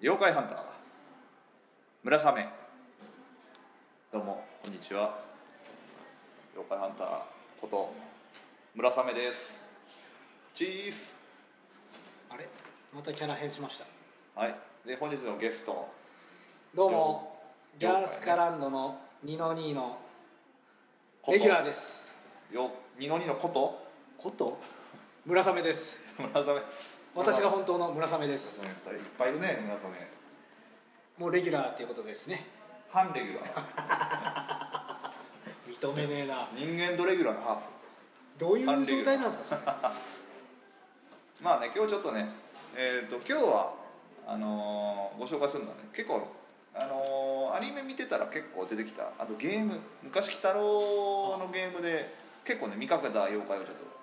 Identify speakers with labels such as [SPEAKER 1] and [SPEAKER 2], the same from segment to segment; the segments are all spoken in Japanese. [SPEAKER 1] 妖怪ハンター村雨どうもこんにちは妖怪ハンターこと村雨ですチーズ
[SPEAKER 2] あれまたキャラ変しました
[SPEAKER 1] はいで本日のゲスト
[SPEAKER 2] どうもギ
[SPEAKER 1] よ
[SPEAKER 2] ャースカランドの2の2のレギュラーです
[SPEAKER 1] よ二の二のことこと
[SPEAKER 2] 村雨です
[SPEAKER 1] 村雨
[SPEAKER 2] 私が本当の村雨で
[SPEAKER 1] 村
[SPEAKER 2] す
[SPEAKER 1] 雨二人いっぱいいるね村雨
[SPEAKER 2] もうレギュラーっていうことですね
[SPEAKER 1] 反レギュラー
[SPEAKER 2] 認めねえな
[SPEAKER 1] 人間とレギュラーのハーフ
[SPEAKER 2] どういう状態なんですかそれ
[SPEAKER 1] まあね今日ちょっとねえっ、と今日はあのーご紹介するのはね結構あのーアニメ見てたら結構出てきたあとゲーム昔鬼太郎のゲームで結構ね見かけた妖怪をちょっと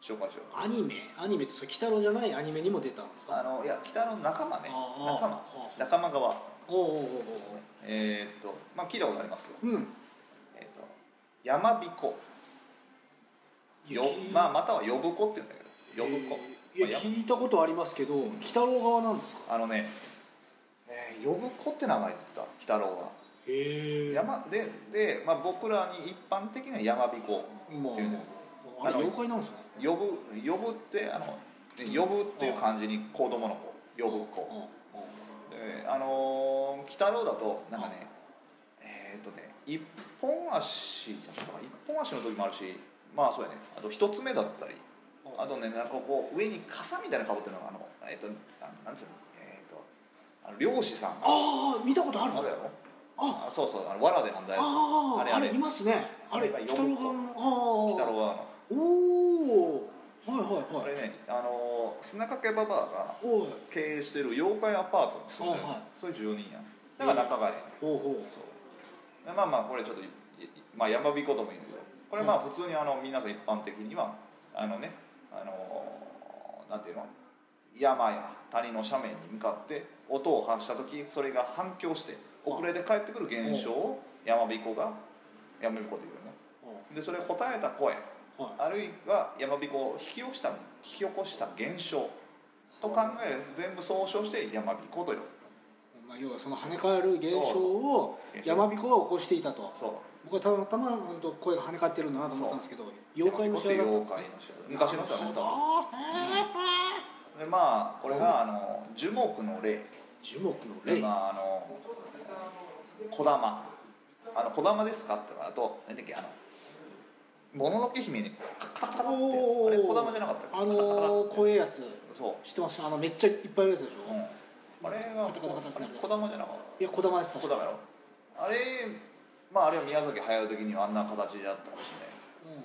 [SPEAKER 1] 紹介しよう
[SPEAKER 2] アニメアニメってそれ鬼太郎じゃないアニメにも出たんです
[SPEAKER 1] あ
[SPEAKER 2] か
[SPEAKER 1] のいや鬼太郎の仲間ね
[SPEAKER 2] ああ
[SPEAKER 1] 仲
[SPEAKER 2] あ
[SPEAKER 1] 間
[SPEAKER 2] あ
[SPEAKER 1] 仲間側
[SPEAKER 2] おうおうおう
[SPEAKER 1] えっ、とまあ聞いたことありますよ
[SPEAKER 2] おううん
[SPEAKER 1] えっ、と山彦よまあまたは呼ぶ子って言うんだけど呼ぶ子、
[SPEAKER 2] えーい
[SPEAKER 1] ま
[SPEAKER 2] や
[SPEAKER 1] あや
[SPEAKER 2] 聞いたことありますけど鬼太郎側なんですか
[SPEAKER 1] あのね、えー呼ぶ子って名前言ってた鬼太郎は
[SPEAKER 2] へえ
[SPEAKER 1] 山でで、まあ、僕らに一般的には山彦
[SPEAKER 2] ま
[SPEAKER 1] っていうね
[SPEAKER 2] ああれ妖怪なんですね
[SPEAKER 1] 呼ぶ呼ぶってあのね呼ぶっていう漢字に子供の子呼ぶ
[SPEAKER 2] う
[SPEAKER 1] 子
[SPEAKER 2] んうん
[SPEAKER 1] であのー鬼太郎だとなんかねえーっとね一本足だったかな一本足の時もあるしまあそうやねあと一つ目だったり
[SPEAKER 2] うん
[SPEAKER 1] あとねなんかこう上に傘みたいなのかぶってるのがあのえーっとあのなんつうのえーっとあの漁師さん
[SPEAKER 2] ああ見たことある
[SPEAKER 1] あるやろ
[SPEAKER 2] あ
[SPEAKER 1] あそうそうあの藁で判断やつ
[SPEAKER 2] あ
[SPEAKER 1] あれ
[SPEAKER 2] ああれいますねあれ
[SPEAKER 1] あれ
[SPEAKER 2] 北の側
[SPEAKER 1] 鬼
[SPEAKER 2] の
[SPEAKER 1] 太
[SPEAKER 2] ああ
[SPEAKER 1] 郎はあの
[SPEAKER 2] おおーはい
[SPEAKER 1] こ
[SPEAKER 2] はいは
[SPEAKER 1] れ
[SPEAKER 2] い
[SPEAKER 1] ね、あのー砂掛けババアが
[SPEAKER 2] おい
[SPEAKER 1] 経営してる妖怪アパートに住んでる、
[SPEAKER 2] はいはい
[SPEAKER 1] それ住人やだから仲がいい、
[SPEAKER 2] ほうほ
[SPEAKER 1] そうでまあまあこれちょっとい、いまあ、山彦とも言うんだけどこれまあ普通にあの皆さん一般的にはあのねあのーなんていうの山や谷の斜面に向かって音を発した時それが反響して遅れて帰ってくる現象を山彦が山彦というよね
[SPEAKER 2] う
[SPEAKER 1] でそれを答えた声
[SPEAKER 2] はい
[SPEAKER 1] あるいは山彦を引き起こした引き起こした現象と考え全部総称して山彦と呼ぶ
[SPEAKER 2] まあ要はその跳ね返る現象を山彦が起こしていたと
[SPEAKER 1] そ
[SPEAKER 2] 僕はたまたま本当声が跳ね返ってるんだなと思ったんですけど
[SPEAKER 1] う
[SPEAKER 2] 妖怪の仕業だったん
[SPEAKER 1] 山
[SPEAKER 2] で
[SPEAKER 1] 彦って
[SPEAKER 2] すね
[SPEAKER 1] いう妖怪の仕業昔の人は
[SPEAKER 2] ああ
[SPEAKER 1] でまあこれがあの樹木の霊
[SPEAKER 2] 樹木の
[SPEAKER 1] で
[SPEAKER 2] 霊
[SPEAKER 1] まああの小玉あの小玉ですかって言ったらあと何だっけあのもののけ姫にカタカタカタって
[SPEAKER 2] おー
[SPEAKER 1] あれ小玉じゃなかったっけ
[SPEAKER 2] あ
[SPEAKER 1] カタカタ
[SPEAKER 2] の
[SPEAKER 1] っ
[SPEAKER 2] ー
[SPEAKER 1] て
[SPEAKER 2] 怖えやつ
[SPEAKER 1] そ
[SPEAKER 2] 知ってますあのめっちゃいっぱいいるやつでし
[SPEAKER 1] う、うん、
[SPEAKER 2] ょ
[SPEAKER 1] あれが
[SPEAKER 2] カタカタカタって
[SPEAKER 1] あれ小玉じゃなかった
[SPEAKER 2] いやこだまです
[SPEAKER 1] そう
[SPEAKER 2] 確
[SPEAKER 1] だ
[SPEAKER 2] か
[SPEAKER 1] からあれまああれは宮崎駿的にはあんな形だったかもしれ
[SPEAKER 2] うん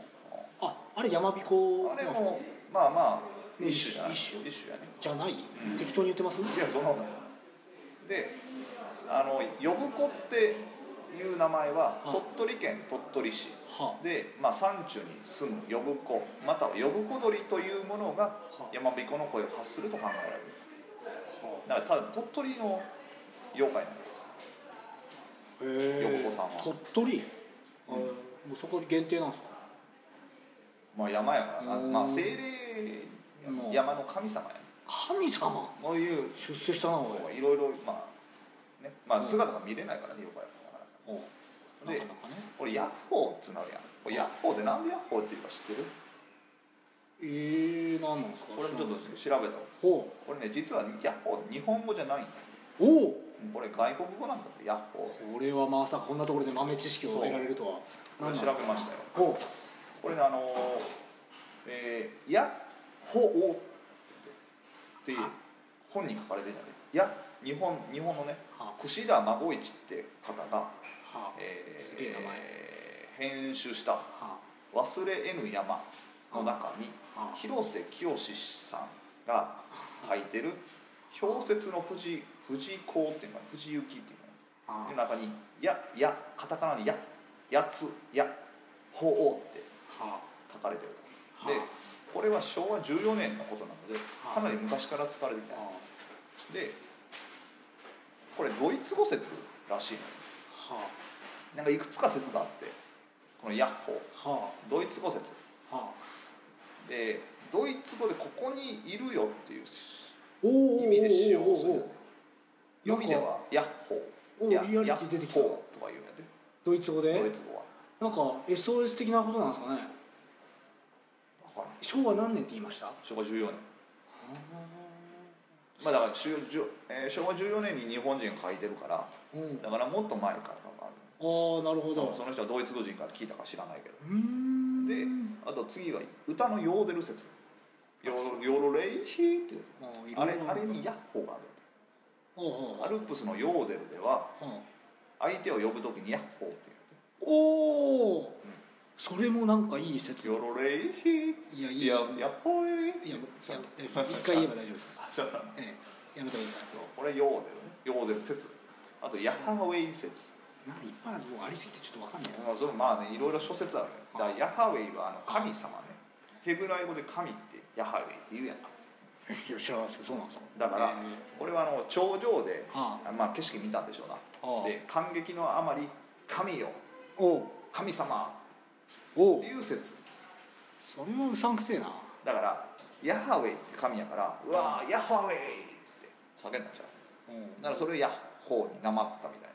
[SPEAKER 2] ああれ山彦なん
[SPEAKER 1] ないあれ
[SPEAKER 2] ですか
[SPEAKER 1] もまあまあ
[SPEAKER 2] 一種
[SPEAKER 1] 一種じゃない
[SPEAKER 2] 一種
[SPEAKER 1] やね
[SPEAKER 2] じゃない、適当に言ってます
[SPEAKER 1] いやそんなことないであの呼子っていう名前は
[SPEAKER 2] はい
[SPEAKER 1] 鳥取県鳥取市
[SPEAKER 2] は
[SPEAKER 1] で、まあ、山中に住む呼子または呼子鳥というものが
[SPEAKER 2] い
[SPEAKER 1] 山彦の声を発すると考えられる
[SPEAKER 2] あ、
[SPEAKER 1] だからただ鳥取の妖怪なんです
[SPEAKER 2] へ
[SPEAKER 1] 横子さんは
[SPEAKER 2] 鳥取、
[SPEAKER 1] うん
[SPEAKER 2] あーもうそこ限定なんですか
[SPEAKER 1] まあ山やからな
[SPEAKER 2] うん
[SPEAKER 1] まあ精霊
[SPEAKER 2] うん
[SPEAKER 1] 山の神様やね
[SPEAKER 2] 神様
[SPEAKER 1] こういう
[SPEAKER 2] 出世したなおい
[SPEAKER 1] いろいろまあねま
[SPEAKER 2] う
[SPEAKER 1] あ
[SPEAKER 2] ん
[SPEAKER 1] 姿が見れないからね妖怪だから
[SPEAKER 2] おうな
[SPEAKER 1] で
[SPEAKER 2] かなかね
[SPEAKER 1] これヤッホーっつうのあるやんこれヤッホーってなんでヤッホーっていうか知ってる
[SPEAKER 2] えー、何なんですか
[SPEAKER 1] これもちょっと調べた
[SPEAKER 2] おう
[SPEAKER 1] これね実はヤッホーって日本語じゃないんだよ
[SPEAKER 2] おう
[SPEAKER 1] これ外国語なんだってヤッホー
[SPEAKER 2] これはまさかこんなところで豆知識を得られるとは
[SPEAKER 1] これ調べましたよ
[SPEAKER 2] たおう
[SPEAKER 1] これねあのーえー、ヤッホーっていう本に書かれてるんだねや日本日本のね
[SPEAKER 2] は
[SPEAKER 1] 櫛田孫一って方が、
[SPEAKER 2] は
[SPEAKER 1] えー
[SPEAKER 2] すげえ名前
[SPEAKER 1] 編集した
[SPEAKER 2] は
[SPEAKER 1] 「忘れ得ぬ山」の中に
[SPEAKER 2] は
[SPEAKER 1] 広瀬清さんが書いてる「氷雪の富士富士港」っていうのかな富士行きっていうのか
[SPEAKER 2] は
[SPEAKER 1] なの中に「や」「や」カタカナに「や」「やつ」「や」「ほお」って
[SPEAKER 2] は
[SPEAKER 1] 書かれてる
[SPEAKER 2] は
[SPEAKER 1] でこれは昭和14年のことなので
[SPEAKER 2] は
[SPEAKER 1] かなり昔から使われてきた
[SPEAKER 2] は
[SPEAKER 1] でこれドイツ語説らしいのよ
[SPEAKER 2] は
[SPEAKER 1] なんかいくつか説があってこの「ヤッホー
[SPEAKER 2] は」
[SPEAKER 1] ドイツ語説
[SPEAKER 2] は
[SPEAKER 1] でドイツ語で「ここにいるよ」っていう
[SPEAKER 2] おうおうおうおうおう
[SPEAKER 1] 意味で使用する予備ではヤッホ
[SPEAKER 2] お
[SPEAKER 1] ーヤ
[SPEAKER 2] リアリテ
[SPEAKER 1] ヤ
[SPEAKER 2] ィ出て
[SPEAKER 1] ッ
[SPEAKER 2] きた
[SPEAKER 1] ホーとか言うんやで
[SPEAKER 2] ドイツ語で
[SPEAKER 1] ドイツ語は
[SPEAKER 2] なんか SOS 的なことなんですかね
[SPEAKER 1] 分からん
[SPEAKER 2] 昭和何年って言いましたあ
[SPEAKER 1] 昭和14年まあだから中じゅえー昭和14年に日本人が書いてるから
[SPEAKER 2] ーうんあ
[SPEAKER 1] だからもっと前から多分ある
[SPEAKER 2] ーなるほ
[SPEAKER 1] 多分
[SPEAKER 2] ど
[SPEAKER 1] その人はドイツ語人から聞いたか知らないけど
[SPEAKER 2] うーん
[SPEAKER 1] であと次は歌のヨーデル説ヨーヨロレイヒーってやつ
[SPEAKER 2] あーいろいろ
[SPEAKER 1] あれあれにヤッホーがある
[SPEAKER 2] ほうほうほう
[SPEAKER 1] アルプスのヨーデルでは
[SPEAKER 2] うん
[SPEAKER 1] 相手を呼ぶときにヤッホーって
[SPEAKER 2] おお、それもなんかいい説
[SPEAKER 1] 言うヨロレイヒー
[SPEAKER 2] いやいい
[SPEAKER 1] いやヤッホーイ
[SPEAKER 2] いやもうやえ一回言えば大丈夫です、
[SPEAKER 1] あそうなの
[SPEAKER 2] ええ、やめてください
[SPEAKER 1] そうこれヨーデルねヨーデル説あとヤハウェイ説
[SPEAKER 2] なんかいっぱいあるもうありすぎてちょっとわかんない
[SPEAKER 1] まあそれまあねいろいろ諸説あるよだからヤハウェイはあの神様ねヘブライ語で神ってヤハウェイって言うやんか
[SPEAKER 2] いや知らないですけどそうなんですか
[SPEAKER 1] だから
[SPEAKER 2] え
[SPEAKER 1] これはあの頂上で
[SPEAKER 2] えは
[SPEAKER 1] あまあ景色見たんでしょうな
[SPEAKER 2] あはあ
[SPEAKER 1] で感激のあまり神よ
[SPEAKER 2] おう
[SPEAKER 1] 神様
[SPEAKER 2] お
[SPEAKER 1] っ
[SPEAKER 2] う
[SPEAKER 1] ていう説
[SPEAKER 2] それはうさんくせえな
[SPEAKER 1] だからヤハウェイって神やからうわーヤハウェイって叫んだんちゃうだからそれをヤッホーになまったみたい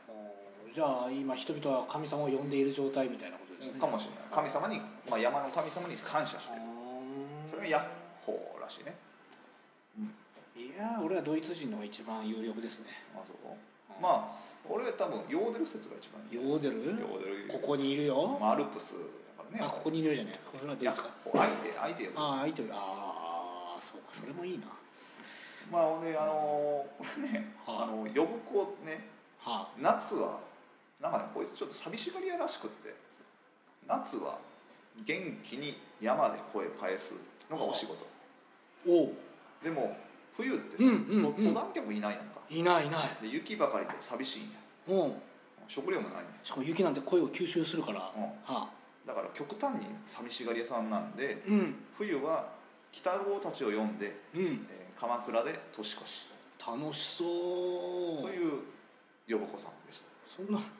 [SPEAKER 2] うんじゃあ今人々は神様を呼んでいる状態みたいなことですね
[SPEAKER 1] なかもしれない神様に、まあ、山の神様に感謝してる
[SPEAKER 2] うん
[SPEAKER 1] それがヤッホーらしいね
[SPEAKER 2] いやー俺はドイツ人の方が一番有力ですね
[SPEAKER 1] あそうまあ俺は多分ヨーデル説が一番いい
[SPEAKER 2] ヨーデル
[SPEAKER 1] ヨーデル
[SPEAKER 2] ここにいるよ、
[SPEAKER 1] まあ、アルプスだからね
[SPEAKER 2] あここにいるじゃないこれはド
[SPEAKER 1] い
[SPEAKER 2] イ
[SPEAKER 1] や
[SPEAKER 2] ツか
[SPEAKER 1] こう相手相手よ
[SPEAKER 2] ああ相手ああそうかそれもいいなは
[SPEAKER 1] まあほんであのーこれね、
[SPEAKER 2] はあ
[SPEAKER 1] あの呼ぶ子ね
[SPEAKER 2] あ
[SPEAKER 1] 夏はなんかねこいつちょっと寂しがり屋らしくって夏は元気に山で声を返すのがお仕事、
[SPEAKER 2] おう
[SPEAKER 1] でも冬ってさ、
[SPEAKER 2] うんうん
[SPEAKER 1] と
[SPEAKER 2] うん
[SPEAKER 1] 登山客いないやんか
[SPEAKER 2] いないいない
[SPEAKER 1] で雪ばかりで寂しいんや
[SPEAKER 2] うん
[SPEAKER 1] 食料もないんや
[SPEAKER 2] しかも雪なんて声を吸収するから、
[SPEAKER 1] うん
[SPEAKER 2] はあ
[SPEAKER 1] だから極端に寂しがり屋さんなんで
[SPEAKER 2] うん
[SPEAKER 1] 冬は北郎たちを呼んで、
[SPEAKER 2] うん
[SPEAKER 1] えー鎌倉で年越し
[SPEAKER 2] 楽しそう
[SPEAKER 1] という呼ぶ子さんでした
[SPEAKER 2] そんないや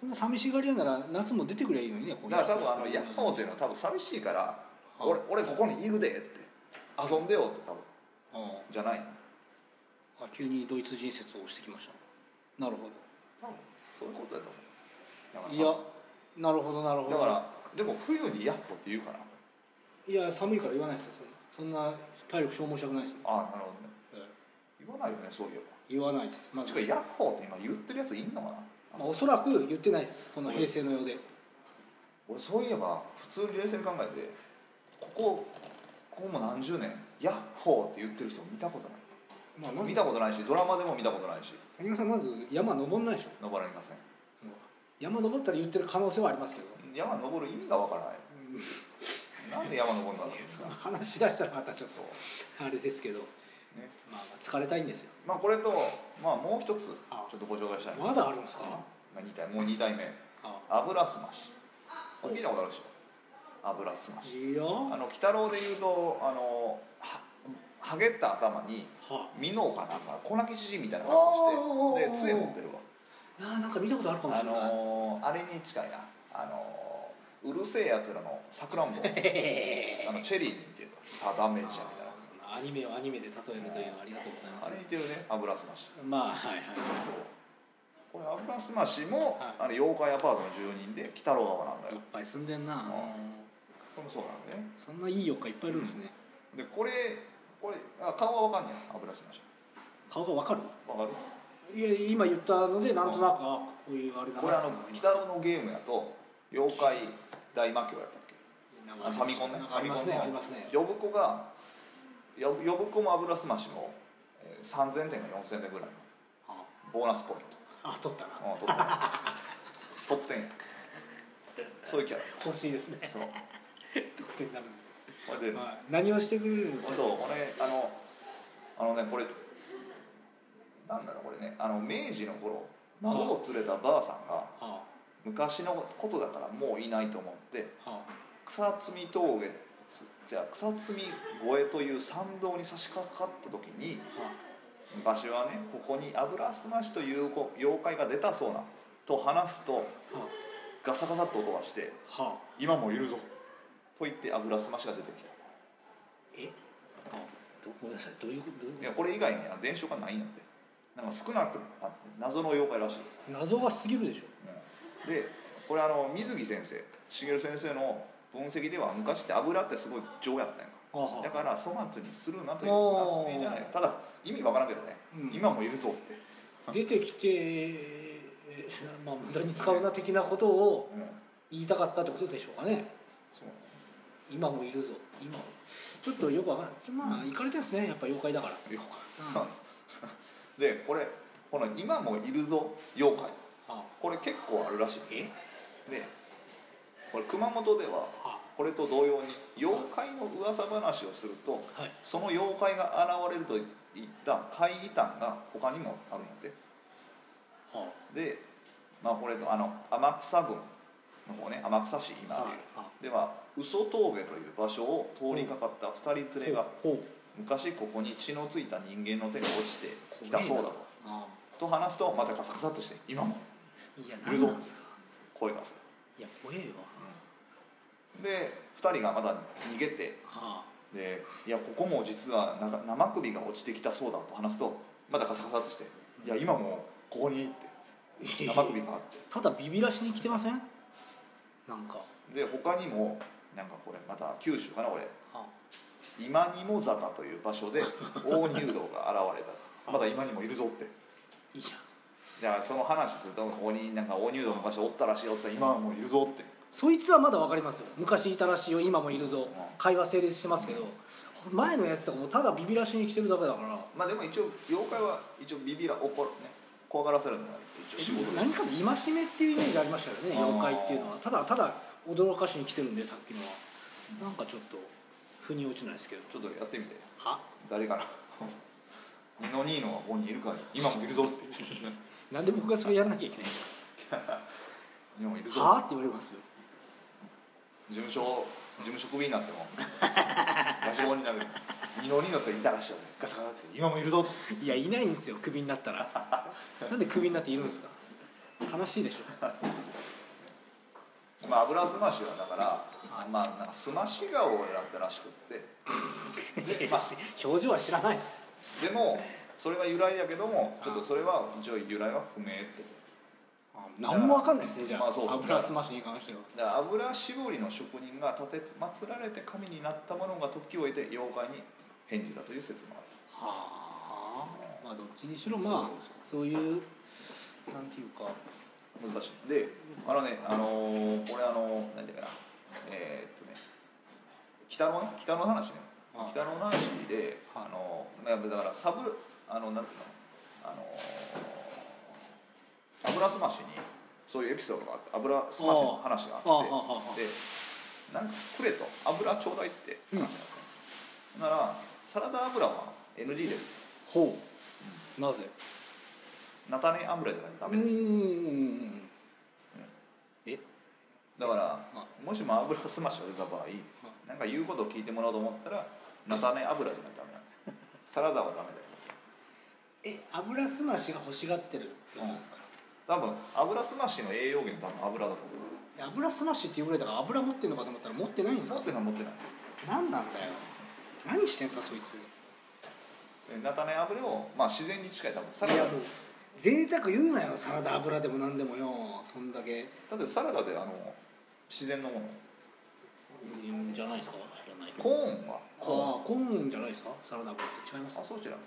[SPEAKER 2] そんな寂しがり屋なら夏も出てくればいいのにねこう
[SPEAKER 1] だから多分あの
[SPEAKER 2] うん
[SPEAKER 1] ヤッホーっていうのは多分寂しいから「
[SPEAKER 2] うん
[SPEAKER 1] 俺俺ここにいるで」って「遊んでよ」って多分
[SPEAKER 2] うん
[SPEAKER 1] じゃない
[SPEAKER 2] あ急にドイツ人説を押してきましたなるほ
[SPEAKER 1] 多分そういうことだと思う
[SPEAKER 2] どいやなるほどなるほ
[SPEAKER 1] だ
[SPEAKER 2] ど
[SPEAKER 1] からでも冬に「ヤッホー」って言うから
[SPEAKER 2] いや寒いから言わないですよそんなそんな体力消耗したくないですも
[SPEAKER 1] あ
[SPEAKER 2] ん
[SPEAKER 1] あなるほどね
[SPEAKER 2] え
[SPEAKER 1] 言わないよねそういえば
[SPEAKER 2] 言わないですまず
[SPEAKER 1] しかも「ヤッホー」って今言ってるやついんのかな
[SPEAKER 2] まあ、おそらく言ってないですこの平成のようで、
[SPEAKER 1] 俺そういえば普通に冷静に考えてここここも何十年「ヤッホー」って言ってる人見たことない
[SPEAKER 2] まあ、まず
[SPEAKER 1] 見たことないしドラマでも見たことないし
[SPEAKER 2] 谷川さんまず山登んないでしょ
[SPEAKER 1] 登られません
[SPEAKER 2] 山登ったら言ってる可能性はありますけど、
[SPEAKER 1] 山登る意味がわからないなんで山登るんだろう
[SPEAKER 2] その 話し出したらまたちょっ
[SPEAKER 1] そう
[SPEAKER 2] とあれですけど、
[SPEAKER 1] ね
[SPEAKER 2] まあ、まあ疲れたいんですよ
[SPEAKER 1] まあこれと、まあ、もう一つちょ
[SPEAKER 2] あ
[SPEAKER 1] っとご紹介したいのが、
[SPEAKER 2] まだあるんですか、
[SPEAKER 1] まあ、2体もう2体目
[SPEAKER 2] あ
[SPEAKER 1] 油すましこれ聞いたことあるでしょ油すまし
[SPEAKER 2] いいよ
[SPEAKER 1] あ
[SPEAKER 2] は
[SPEAKER 1] の鬼太郎で言うとあのははげった頭に
[SPEAKER 2] あ
[SPEAKER 1] ミノかなんか粉木じじいみたいな格好して
[SPEAKER 2] おー
[SPEAKER 1] で杖持ってるわ
[SPEAKER 2] あーなんか見たことあるかもし
[SPEAKER 1] あ
[SPEAKER 2] れない、
[SPEAKER 1] のーあれに近いなあのーうるせえやつらのさくらんぼ
[SPEAKER 2] へへへ
[SPEAKER 1] あのチェリーにっていうかさだめちゃんみたいなやつ
[SPEAKER 2] あーアニメをアニメで例えるというのはありがとうございます
[SPEAKER 1] あれ似てるね油すまし
[SPEAKER 2] まあはいはい
[SPEAKER 1] これ油すましも、
[SPEAKER 2] はい
[SPEAKER 1] あの妖怪アパートの住人で鬼太郎側なんだ
[SPEAKER 2] いっ
[SPEAKER 1] よ
[SPEAKER 2] ぱい住んでんな、
[SPEAKER 1] これもそうなんね
[SPEAKER 2] そんないい妖怪いっぱいいるんですね、
[SPEAKER 1] でこれこれあ顔はわかんない油すまし
[SPEAKER 2] 顔がわかる
[SPEAKER 1] わかる
[SPEAKER 2] いや今言ったのでなんとなくあこういうあれだな
[SPEAKER 1] これあの鬼太郎のゲームやと妖怪大魔教やったっ
[SPEAKER 2] なん
[SPEAKER 1] けあ
[SPEAKER 2] か
[SPEAKER 1] ファミコンね
[SPEAKER 2] なん
[SPEAKER 1] フ
[SPEAKER 2] かあ
[SPEAKER 1] ァ
[SPEAKER 2] り
[SPEAKER 1] ミ
[SPEAKER 2] ま
[SPEAKER 1] コ
[SPEAKER 2] す
[SPEAKER 1] ン
[SPEAKER 2] ねあり
[SPEAKER 1] の
[SPEAKER 2] ますね
[SPEAKER 1] 呼ぶ子が呼ぶ呼ぶ子も油すましも、えー、3000点か4000点ぐらいの
[SPEAKER 2] あ
[SPEAKER 1] ボーナスポイン
[SPEAKER 2] あ取ったな
[SPEAKER 1] ト、うん、取ったトップ10やそういうキャラ
[SPEAKER 2] 欲しいですね
[SPEAKER 1] そう
[SPEAKER 2] 得点になるん
[SPEAKER 1] これで
[SPEAKER 2] で、はい、何をしてくれるんですか
[SPEAKER 1] そうこれあのあのねこれなんだろうこれねあの明治の頃孫を連れたばあさんが
[SPEAKER 2] は
[SPEAKER 1] 昔のことだからもういないと思って
[SPEAKER 2] あは
[SPEAKER 1] 草摘み峠つじゃあ草摘み越えという参道に差し掛かった時に
[SPEAKER 2] あは
[SPEAKER 1] 昔はねここに油すましというこ妖怪が出たそうなと話すと
[SPEAKER 2] あは
[SPEAKER 1] ガサガサっと音がして
[SPEAKER 2] あはあ
[SPEAKER 1] 「今もいるぞ」と言って油すましが出てきた
[SPEAKER 2] えあどごめんなさいどういうことどう
[SPEAKER 1] い
[SPEAKER 2] いう
[SPEAKER 1] や
[SPEAKER 2] こ
[SPEAKER 1] これ以外には伝承がないんだって
[SPEAKER 2] と
[SPEAKER 1] なんか少なくなって謎の妖怪らしい、
[SPEAKER 2] 謎が過ぎるでしょ
[SPEAKER 1] うんでこれあの水木先生茂先生の分析では昔って油ってすごい丈夫やったんやんか
[SPEAKER 2] あは
[SPEAKER 1] だから粗末にするなという
[SPEAKER 2] おー
[SPEAKER 1] 話じゃないただ意味わからんけどね、
[SPEAKER 3] うん
[SPEAKER 1] 今もいるぞって、
[SPEAKER 2] 出てきて、えーまあ、無駄に使うな的なことを
[SPEAKER 1] うん
[SPEAKER 2] 言いたかったってことでしょうかね
[SPEAKER 1] そう
[SPEAKER 2] 今もいるぞ今もちょっとよくわかんないまあ怒りですねやっぱ妖怪だから
[SPEAKER 1] 妖怪、でこれこの「今もいるぞ妖怪
[SPEAKER 2] あ」
[SPEAKER 1] これ結構あるらし
[SPEAKER 2] え
[SPEAKER 1] いでこれ熊本では
[SPEAKER 2] あ
[SPEAKER 1] これと同様に妖怪の噂話をすると
[SPEAKER 2] はい
[SPEAKER 1] その妖怪が現れるといった怪異談が他にもあるんやって
[SPEAKER 2] は
[SPEAKER 1] でまあこれあの天草郡の方ね天草市
[SPEAKER 2] あ
[SPEAKER 1] 今
[SPEAKER 2] は
[SPEAKER 1] でいう
[SPEAKER 2] あは
[SPEAKER 1] では嘘峠という場所を通りかかった2人
[SPEAKER 2] あ
[SPEAKER 1] 連れが
[SPEAKER 2] ほうほう
[SPEAKER 1] 昔ここに血のついた人間の手が落ちてきたそうだと
[SPEAKER 2] あ
[SPEAKER 1] と話すとまたカサカサっとして今も
[SPEAKER 2] いや
[SPEAKER 1] いる
[SPEAKER 2] 何
[SPEAKER 1] ぞ
[SPEAKER 2] なんですか
[SPEAKER 1] 声がする
[SPEAKER 2] いや怖えわ
[SPEAKER 1] で2人がまだ逃げて
[SPEAKER 2] はあ
[SPEAKER 1] でいやここも実はなんか生首が落ちてきたそうだと話すとまたカサカサっとしていや今もここにって生首があって
[SPEAKER 2] ただビビらしに来てませんなんか
[SPEAKER 1] で他にもなんかこれまた九州かな俺
[SPEAKER 2] は
[SPEAKER 1] 今にも坂という場所で大入道が現れたまだ今にもいるぞって
[SPEAKER 2] いや
[SPEAKER 1] じゃあその話するとここになんか大入道の場所おったらしいよって言ったら今はもういるぞって
[SPEAKER 2] そいつはまだわかりますよ昔いたらしいよ今もいるぞ
[SPEAKER 1] ん
[SPEAKER 2] 会話成立してますけど前のやつとかもただビビらしに来てるだけだから
[SPEAKER 1] まあでも一応妖怪は一応ビビら怒るね怖がらせるのが一応仕事です
[SPEAKER 2] 何かの戒めっていうイメージありましたよね
[SPEAKER 1] あー
[SPEAKER 2] 妖怪っていうのはただただ驚かしに来てるんでさっきのはなんかちょっと腑に落ちないですけど
[SPEAKER 1] ちょっとやってみて
[SPEAKER 2] は
[SPEAKER 1] 誰かな二の二のがここにいるから今もいるぞって
[SPEAKER 2] なんで僕がそれやんなきゃいけないんです
[SPEAKER 1] 今もいる
[SPEAKER 2] かは
[SPEAKER 1] ぞ
[SPEAKER 2] あって言われます
[SPEAKER 1] 事務所事務所クビになってもガシボンになる二の二のといたらしいよガサガサって今もいるぞって
[SPEAKER 2] いやいないんですよクビになった らなんでクビになっているんですか悲しいで しょ
[SPEAKER 1] まあ、油すましはだから、まあ、なんかすまし顔をやったらしくってで,、まあ、
[SPEAKER 2] 表情は知らないです
[SPEAKER 1] でもそれが由来やけどもちょっとそれは一応由来は不明って
[SPEAKER 2] 何もわかんないですねじゃあ,、
[SPEAKER 1] まあそうそう
[SPEAKER 2] 油すましに関しては
[SPEAKER 1] だから油絞りの職人が立て祀られて神になったものが時を経て妖怪に返事だという説もある
[SPEAKER 2] はあまあどっちにしろまあそういうなんていうか
[SPEAKER 1] 難しいであのねあのーこれあのー、なんていうかなえーっとね北のね北の話ね
[SPEAKER 2] ああ
[SPEAKER 1] 北の話で
[SPEAKER 2] はい
[SPEAKER 1] あのーまあだからサブあのなんていうのあのー油すましにそういうエピソードがあって油すましの話が
[SPEAKER 2] ああはあ
[SPEAKER 1] あ
[SPEAKER 2] は
[SPEAKER 1] っ
[SPEAKER 2] あ
[SPEAKER 1] てでなんかくれと油ちょうだいって
[SPEAKER 2] うん
[SPEAKER 1] ならサラダ油は NG です
[SPEAKER 2] ほうなぜ
[SPEAKER 1] 菜種油じゃないとダメです
[SPEAKER 2] うんうんうんうんえ
[SPEAKER 1] だから
[SPEAKER 2] ま
[SPEAKER 1] もしも油すましが出た場合なんか言うことを聞いてもらおうと思ったら菜種油じゃないとダメだ サラダはダメだよ
[SPEAKER 2] え油すましが欲しがってるってことですか、
[SPEAKER 1] 多分油すましの栄養源多分油だと思う
[SPEAKER 2] 油すましって言われたから油持ってんのかと思ったら持ってないんです
[SPEAKER 1] 持
[SPEAKER 2] か
[SPEAKER 1] ってない持ってない
[SPEAKER 2] 何なんだよ何してんすかそいつ
[SPEAKER 1] で菜種油をまあ自然に近い多分サラ
[SPEAKER 2] い
[SPEAKER 1] ダ
[SPEAKER 2] やもう贅沢言うなよサラダ油でも何でもよそんだけ
[SPEAKER 1] だってサラダであの自然のもの
[SPEAKER 2] うんじゃないですか知らないけど
[SPEAKER 1] コーンは
[SPEAKER 2] あ
[SPEAKER 1] コ
[SPEAKER 2] ーコーンじゃないですかサラダ油って違います
[SPEAKER 1] ーンあそうじゃない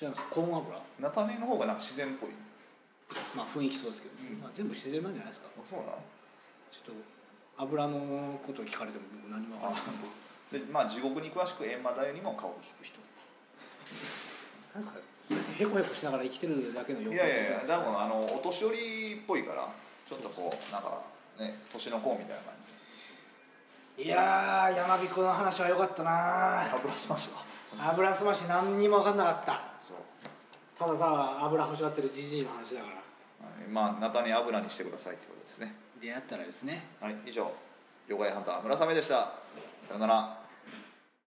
[SPEAKER 2] 違いますコーン油
[SPEAKER 1] 菜種の方がなんか自然っぽい
[SPEAKER 2] まあ雰囲気そうですけど、
[SPEAKER 1] うん
[SPEAKER 2] まあ、全部自然なんじゃないですか
[SPEAKER 1] あそうなの
[SPEAKER 2] ちょっと油のことを聞かれても僕何も分からないですけど
[SPEAKER 1] でまあ地獄に詳しく閻魔大にも顔を聞く人
[SPEAKER 2] 何ですかへこへこしながら生きてるだけの
[SPEAKER 1] い
[SPEAKER 2] 妖
[SPEAKER 1] や
[SPEAKER 2] 怪
[SPEAKER 1] いやいや
[SPEAKER 2] ってこと
[SPEAKER 1] 多
[SPEAKER 2] なんで
[SPEAKER 1] 分あ
[SPEAKER 2] すか
[SPEAKER 1] のお年寄りっぽいからちょっとこうなんかね年の子みたいな感じ
[SPEAKER 2] いやーやまびこの話は良かったな
[SPEAKER 1] 油スマッシュは
[SPEAKER 2] 油すまし何にも分かんなかった
[SPEAKER 1] そう
[SPEAKER 2] ただただ油欲しがってるじじいの話だから
[SPEAKER 1] はいまあ菜種油にしてくださいってことですね
[SPEAKER 2] 出会ったらですね
[SPEAKER 1] はい以上「妖怪ハンター村雨」でしたさようなら